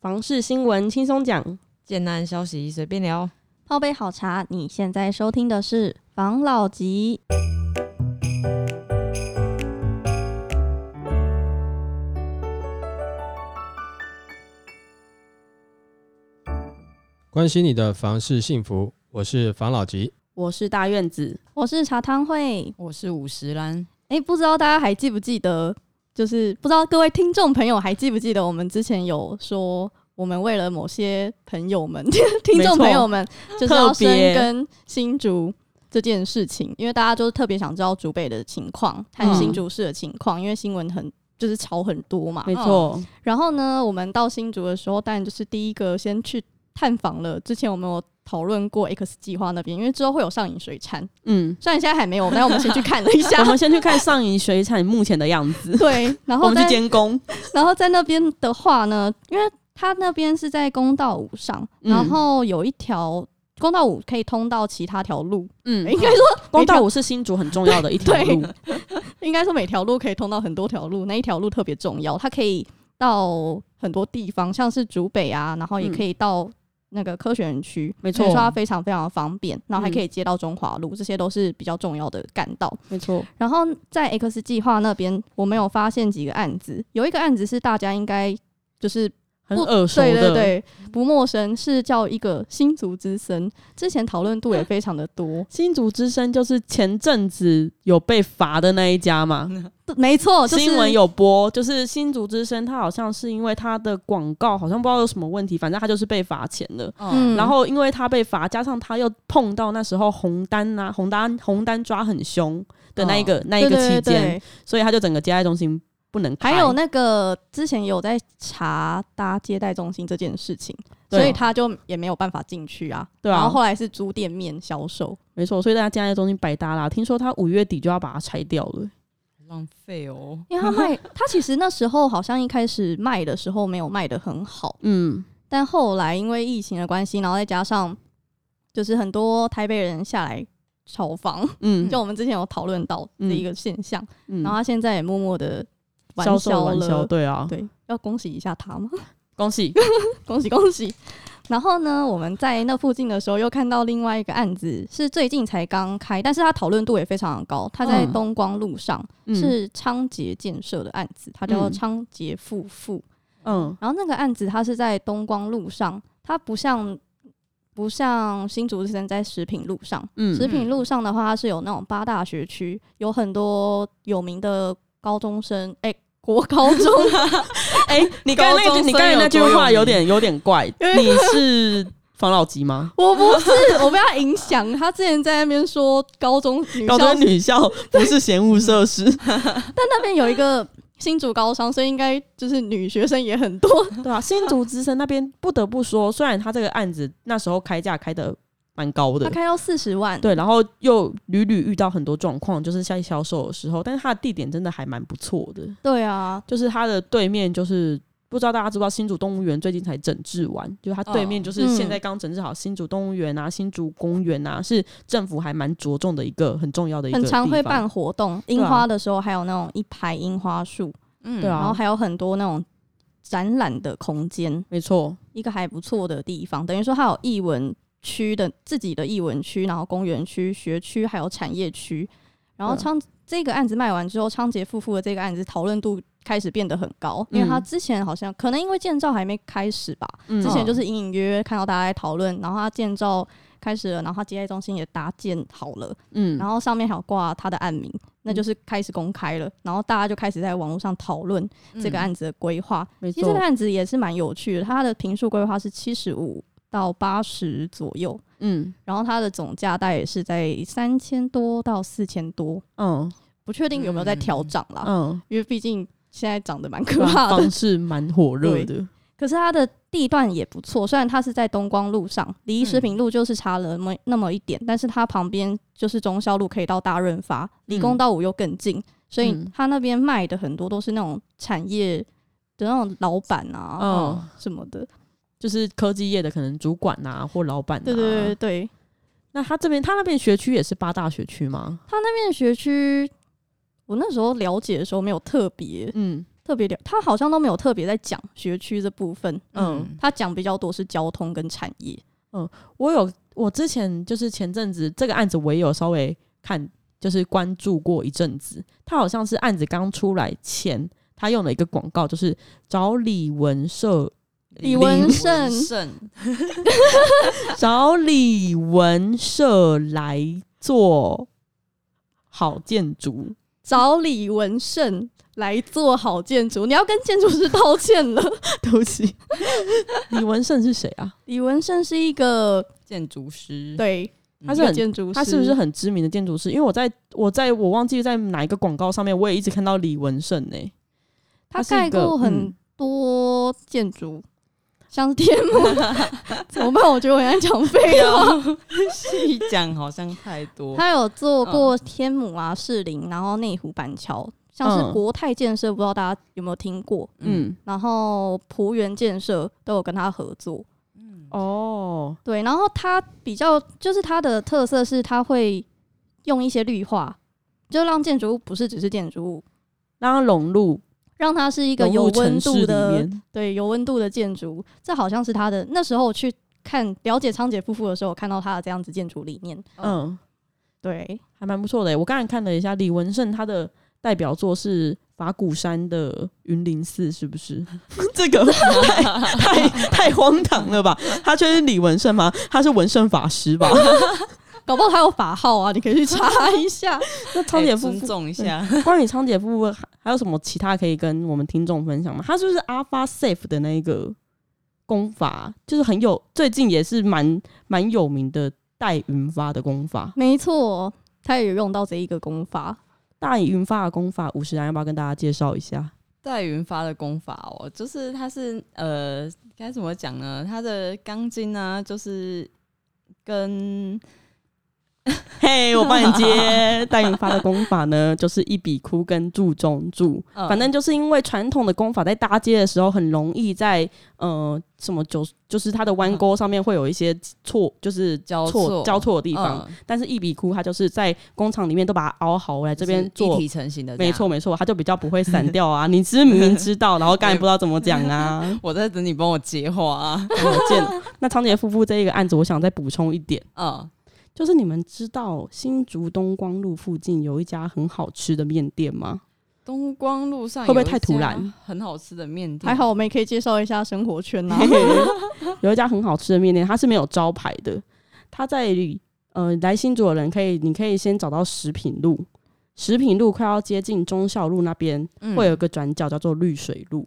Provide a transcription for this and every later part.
房事新闻轻松讲，简单消息随便聊。泡杯好茶，你现在收听的是防老集。关心你的房事幸福，我是房老吉。我是大院子，我是茶汤会。我是五十岚，哎、不知道大家还记不记得，就是不知道各位听众朋友还记不记得，我们之前有说，我们为了某些朋友们、 听众朋友们，就是要特深别耕新竹这件事情，因为大家就是特别想知道竹北的情况和嗯新竹市的情况，因为新闻很就是吵很多嘛。嗯没错，然后呢，我们到新竹的时候，当然就是第一个先去探访了。之前我们有讨论过 X 计划那边，因为之后会有上影水产，嗯，虽然现在还没有，但我们先去看了一下 我。们先去看上银水产目前的样子，对，然我后们去在监工，然后在那边的话呢，因为它那边是在公道五上，然嗯后有一条公道五可以通到其他条路，嗯应该说公道五是新竹很重要的一条路，应该说每条路可以通到很多条路，那一条路特别重要，它可以到很多地方，像是竹北啊，然后也嗯可以到那个科学园区，没所以错嗯说它非常非常方便，然后还可以接到中华路，这些都是比较重要的干道。没错，然后在 X 计划那边，我们有发现几个案子，有一个案子是大家应该就是很不耳熟对对的，，对不陌生，是叫一个新竹之森，之前讨论度也非常的多嗯新竹之声就是前阵子有被罚的那一家嘛，嗯没错，就是新闻有播，就是新竹之声，它好像是因为它的广告好像不知道有什么问题，反正它就是被罚钱了。哦嗯然后因为它被罚，加上它又碰到那时候红单呐、红单红单抓很凶的那一个、那一对个哦对期间，对对所以它就整个接待中心不能开。还有那个之前有在查搭接待中心这件事情，对所以他就也没有办法进去啊。对啊然后后来是租店面销售，没错，所以大家接待中心白搭啦。听说它五月底就要把它拆掉了，浪费哦。因为他 卖他其实那时候好像一开始卖的时候没有卖的很好，嗯，但后来因为疫情的关系，然后再加上就是很多台北人下来炒房，嗯就我们之前有讨论到的一个现象，嗯，然后他现在也默默的销完售销完销，了。对啊，对，要恭喜一下他吗？恭喜，恭喜恭喜！然后呢，我们在那附近的时候又看到另外一个案子，是最近才刚开，但是它讨论度也非常的高。它在嗯东光路上、嗯是昌杰建设的案子，它叫做嗯昌杰夫妇。嗯然后那个案子它是在东光路上，它不像不像新竹之前在食品路上，食嗯品路上的话，它是有那种八大学区，有很多有名的高中生，哎、国高中哎、你刚才那高中生句你刚才那句话有有多有名点有点 怪，你是防老吉吗？ 我不是，我被他影响。他之前在那边说高中女校，高中女校不是嫌恶设施，但那边有一个新竹高商，所以应该就是女学生也很 多。 对啊，新竹之声那边不得不说，虽然他这个案子那时候开价开的蛮高他的，开到四十万，对，然后又屡屡遇到很多状况，就是在销售的时候，但是它的地点真的还蛮不错的，对啊，就是它的对面就是。不知道大家知不知道新竹动物园最近才整治完，就是它对面就是嗯现在刚整治好新竹动物园啊、新竹公园啊，是政府还蛮着重的一个很重要的一个很常会地方办活动，樱花的时候还有那种一排樱花树，嗯对啊然后还有很多那种展览的空间，没错，一个还不错的地方。等于说它有艺文区的自己的艺文区，然后公园区、学区还有产业区。然后对昌这个案子卖完之后，昌杰夫妇的这个案子讨论度开始变得很高，因为他嗯之前好像可能因为建造还没开始吧，嗯之前就是隐隐约约看到大家在讨论，然后他建造开始了，然后他接待中心也搭建好了，嗯然后上面还有挂他的案名，那就是开始公开了，然后大家就开始在网络上讨论这嗯嗯个案子的规划。没其实这个案子也是蛮有趣的，它的平数规划是七十五到八十左右，嗯然后它的总价大概也是在三千多到四千多，嗯不确定有没有在调涨啦， 嗯，啊因为毕竟现在涨得蛮可怕的。方式蛮火热的，可是它的地段也不错，虽然它是在东光路上，离嗯食品路就是差了那么那么一点，但是它旁边就是忠孝路可以到大润发，离公道五又更近，所以嗯它那边卖的很多都是那种产业的那种老板啊、嗯什么的。就是科技业的可能主管呐、或老板、啊。对对对对，那他这边他那边学区也是八大学区吗？它那边的学区，我那时候了解的时候没有特别嗯，特别聊，他好像都没有特别在讲学区这部分，嗯他讲比较多是交通跟产业。我有，我之前就是前阵子这个案子，我也有稍微看，就是关注过一阵子。他好像是案子刚出来前，他用了一个广告，就是找李文社，李文胜胜找李文社来做好建筑。找李文胜来做好建筑，你要跟建筑师道歉了。 对不起，李文胜是谁啊？李文胜是一个建筑师，对，嗯，他一是个很建筑师，他是不是很知名的建筑师？因为我在我在我忘记在哪一个广告上面，我也一直看到李文胜欸呢、他他是盖一个过很嗯多建筑，像是天幕， 怎么办？我觉得我在讲废话。 细哎讲好像太多，他有做嗯过天母啊、士林，然后内湖板桥，像是嗯国泰建设，不知道大家有没有听过？嗯，然后浦园建设都有跟他合作。哦，对，然后他比较就是他的特色是他会用一些绿化，就让建筑物不是只是建筑物，让他融入让它是一一个有温度里的面。对，有温度的建筑，这好像是他的。那时候我去看了解仓颉夫妇的时候，我看到他的这样子建筑理念。嗯，对，还蛮不错的欸。我刚才看了一下，李文胜他的代表作是法鼓山的云林寺，是不是？这个太太太荒唐了吧？他却是李文胜吗？他是文胜法师吧？搞不好他有法号啊，你可以去查一下。 那仓颉夫哎尊妇，重一下，关于仓颉夫妇还还有什么其他可以跟我们听众分享吗？他是不是阿发 safe 的那一个功法？就是很有，最近也是蛮蛮有名的带云发的功法。没错，他也有用到这一个功法。大云发的功法，五十人要不要跟大家介绍一下？ 戴云发的功法哦，就是它是呃该怎么讲呢？它的钢筋呢，就是跟嘿，我帮你 接。戴云发的功法呢，就是一笔窟跟注中注，嗯反正就是因为传统的功法在搭接的时候，很容易在呃什么九，就是它的弯钩上面会有一些错，就是交错错交错的地方。嗯但是一笔窟它就是在工厂里面都把它凹好，我来这就边是一做。体成型的，没错。没错，它就比较不会散 掉啊！你是不是明明知道，然后刚才不知道怎么讲啊？我在等你帮我接话啊， 我见那仓颉夫妇这一个案子，我想再补充一点。嗯，就是你们知道新竹东光路附近有一家很好吃的面店吗？东光路上会不会有一太突家然？很好吃的面店，还好我们也可以介绍一下生活圈 啊。有一家很好吃的面店，它是没有招牌的，它在呃来新竹的人可以，你可以先找到食品路，食品路快要接近忠孝路那边，嗯会有一个转角叫做绿水路。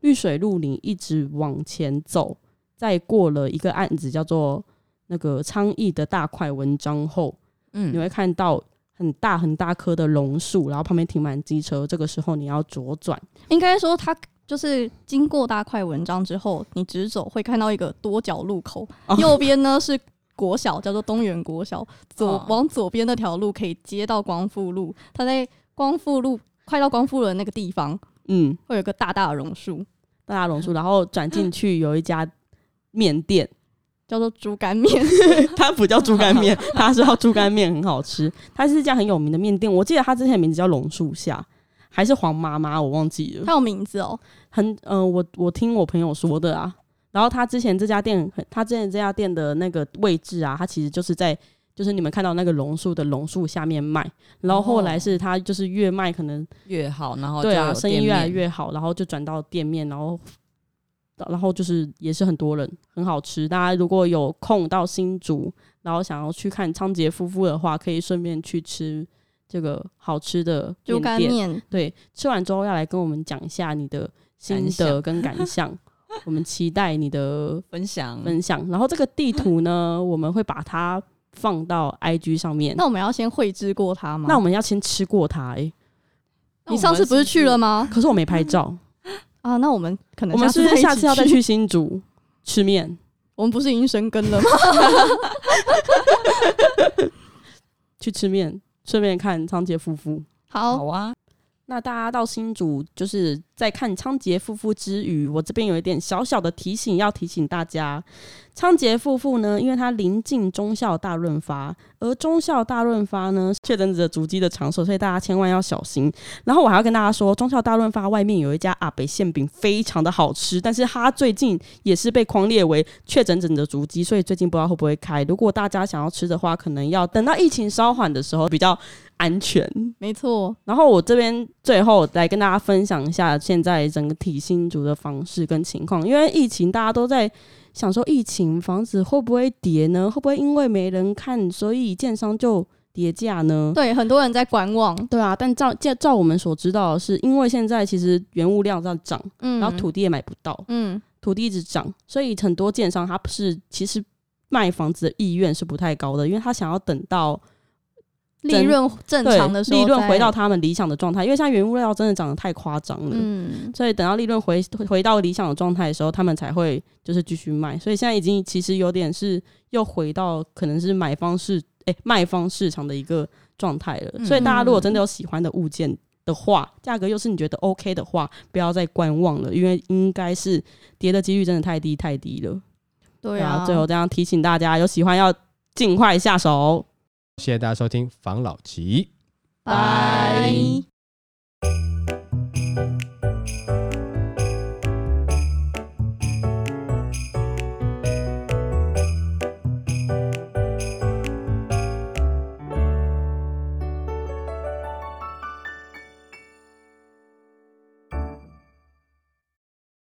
绿水路你一直往前走，再过了一个案子叫做那个昌邑的大块文章后，你嗯会看到很大很大棵的榕树，然后旁边停满机车。这个时候你要左转，应该说他。就是经过大块文章之后，你直走会看到一个多角路口，哦右边呢是国小，叫做东园国小，左、哦往左边那条路可以接到光复路，它在光复路快到光复路的那个地方嗯，会有一个大大的榕树，大家榕树，然后转进去有一家面店，叫做猪肝 面，它不叫猪肝面，它是叫猪肝面，很好吃。它是一家很有名的面店，我记得它之前的名字叫榕树下。还是黄妈妈，我忘记了。它有名字哦。很，嗯、我我听我朋友说的啊。然后他之前这家店，他之前这家店的那个位置啊，他其实就是在，就是你们看到那个榕树的榕树下面卖。然后后来是他就是越卖，可能越好，然后对哦就啊，有生意店越来面越好，然后就转到店面，然后然后就是也是很多人，很好吃。大家如果有空到新竹，然后想要去看仓颉夫妇的话，可以顺便去吃这个好吃的猪肝店。面，对，吃完之后要来跟我们讲一下你的心感得想 跟感想，我们期待你的分享，分享。然后这个地图呢，我们会把它放到 IG 上面。那我们要先绘制过它吗？那我们要先吃过它、欸，那我你上们次不是去了吗？吗？可是我没拍照。啊，那我们可能我们是不再是一下起次要再？去新竹吃面？我们不是已经生根了吗？去吃面，顺便看仓颉夫妇。 好好，啊，那大家到新竹就是在看仓颉夫妇之余，我这边有一点小小的提醒要提醒大家，仓颉夫妇呢，因为它临近中校大润发，而中校大润发呢是确诊者足迹的场所，所以大家千万要小心。然后我还要跟大家说，中校大润发外面有一家阿北馅饼，非常的好吃，但是它最近也是被框列为确诊者的足迹，所以最近不知道会不会开。如果大家想要吃的话，可能要等到疫情稍缓的时候比较安全。没错，然后我这边最后来跟大家分享一下现在整个体新竹的房市跟情况，因为疫情大家都在想说疫情房子会不会跌呢？会不会因为没人看，所以建商就跌价呢？对，啊很多人在观望，对啊，但照照照我们所知道的是，因为现在其实原物料在涨，嗯，然后土，地也买不到，嗯，土地一直涨，所以很多建商他不是其实卖房子的意愿是不太高的，因为他想要等到利润正对常的时候，利润回到，他们理想的状态，因为现在原物料真的涨得太夸张了。嗯，所以等到利润回回到理想的状态的时候，他们才会就是继续卖。所以现在已经其实有点是又回到可能是买方市诶、卖方市场的一个状态了。嗯所以大家如果真的有喜欢的物件的话，价格又是你觉得 OK 的话，不要再观望了，因为应该是跌的几率真的太低太低了。对啊，最后这样提醒大家，有喜欢要尽快下手。谢谢大家收听房老吉。拜。拜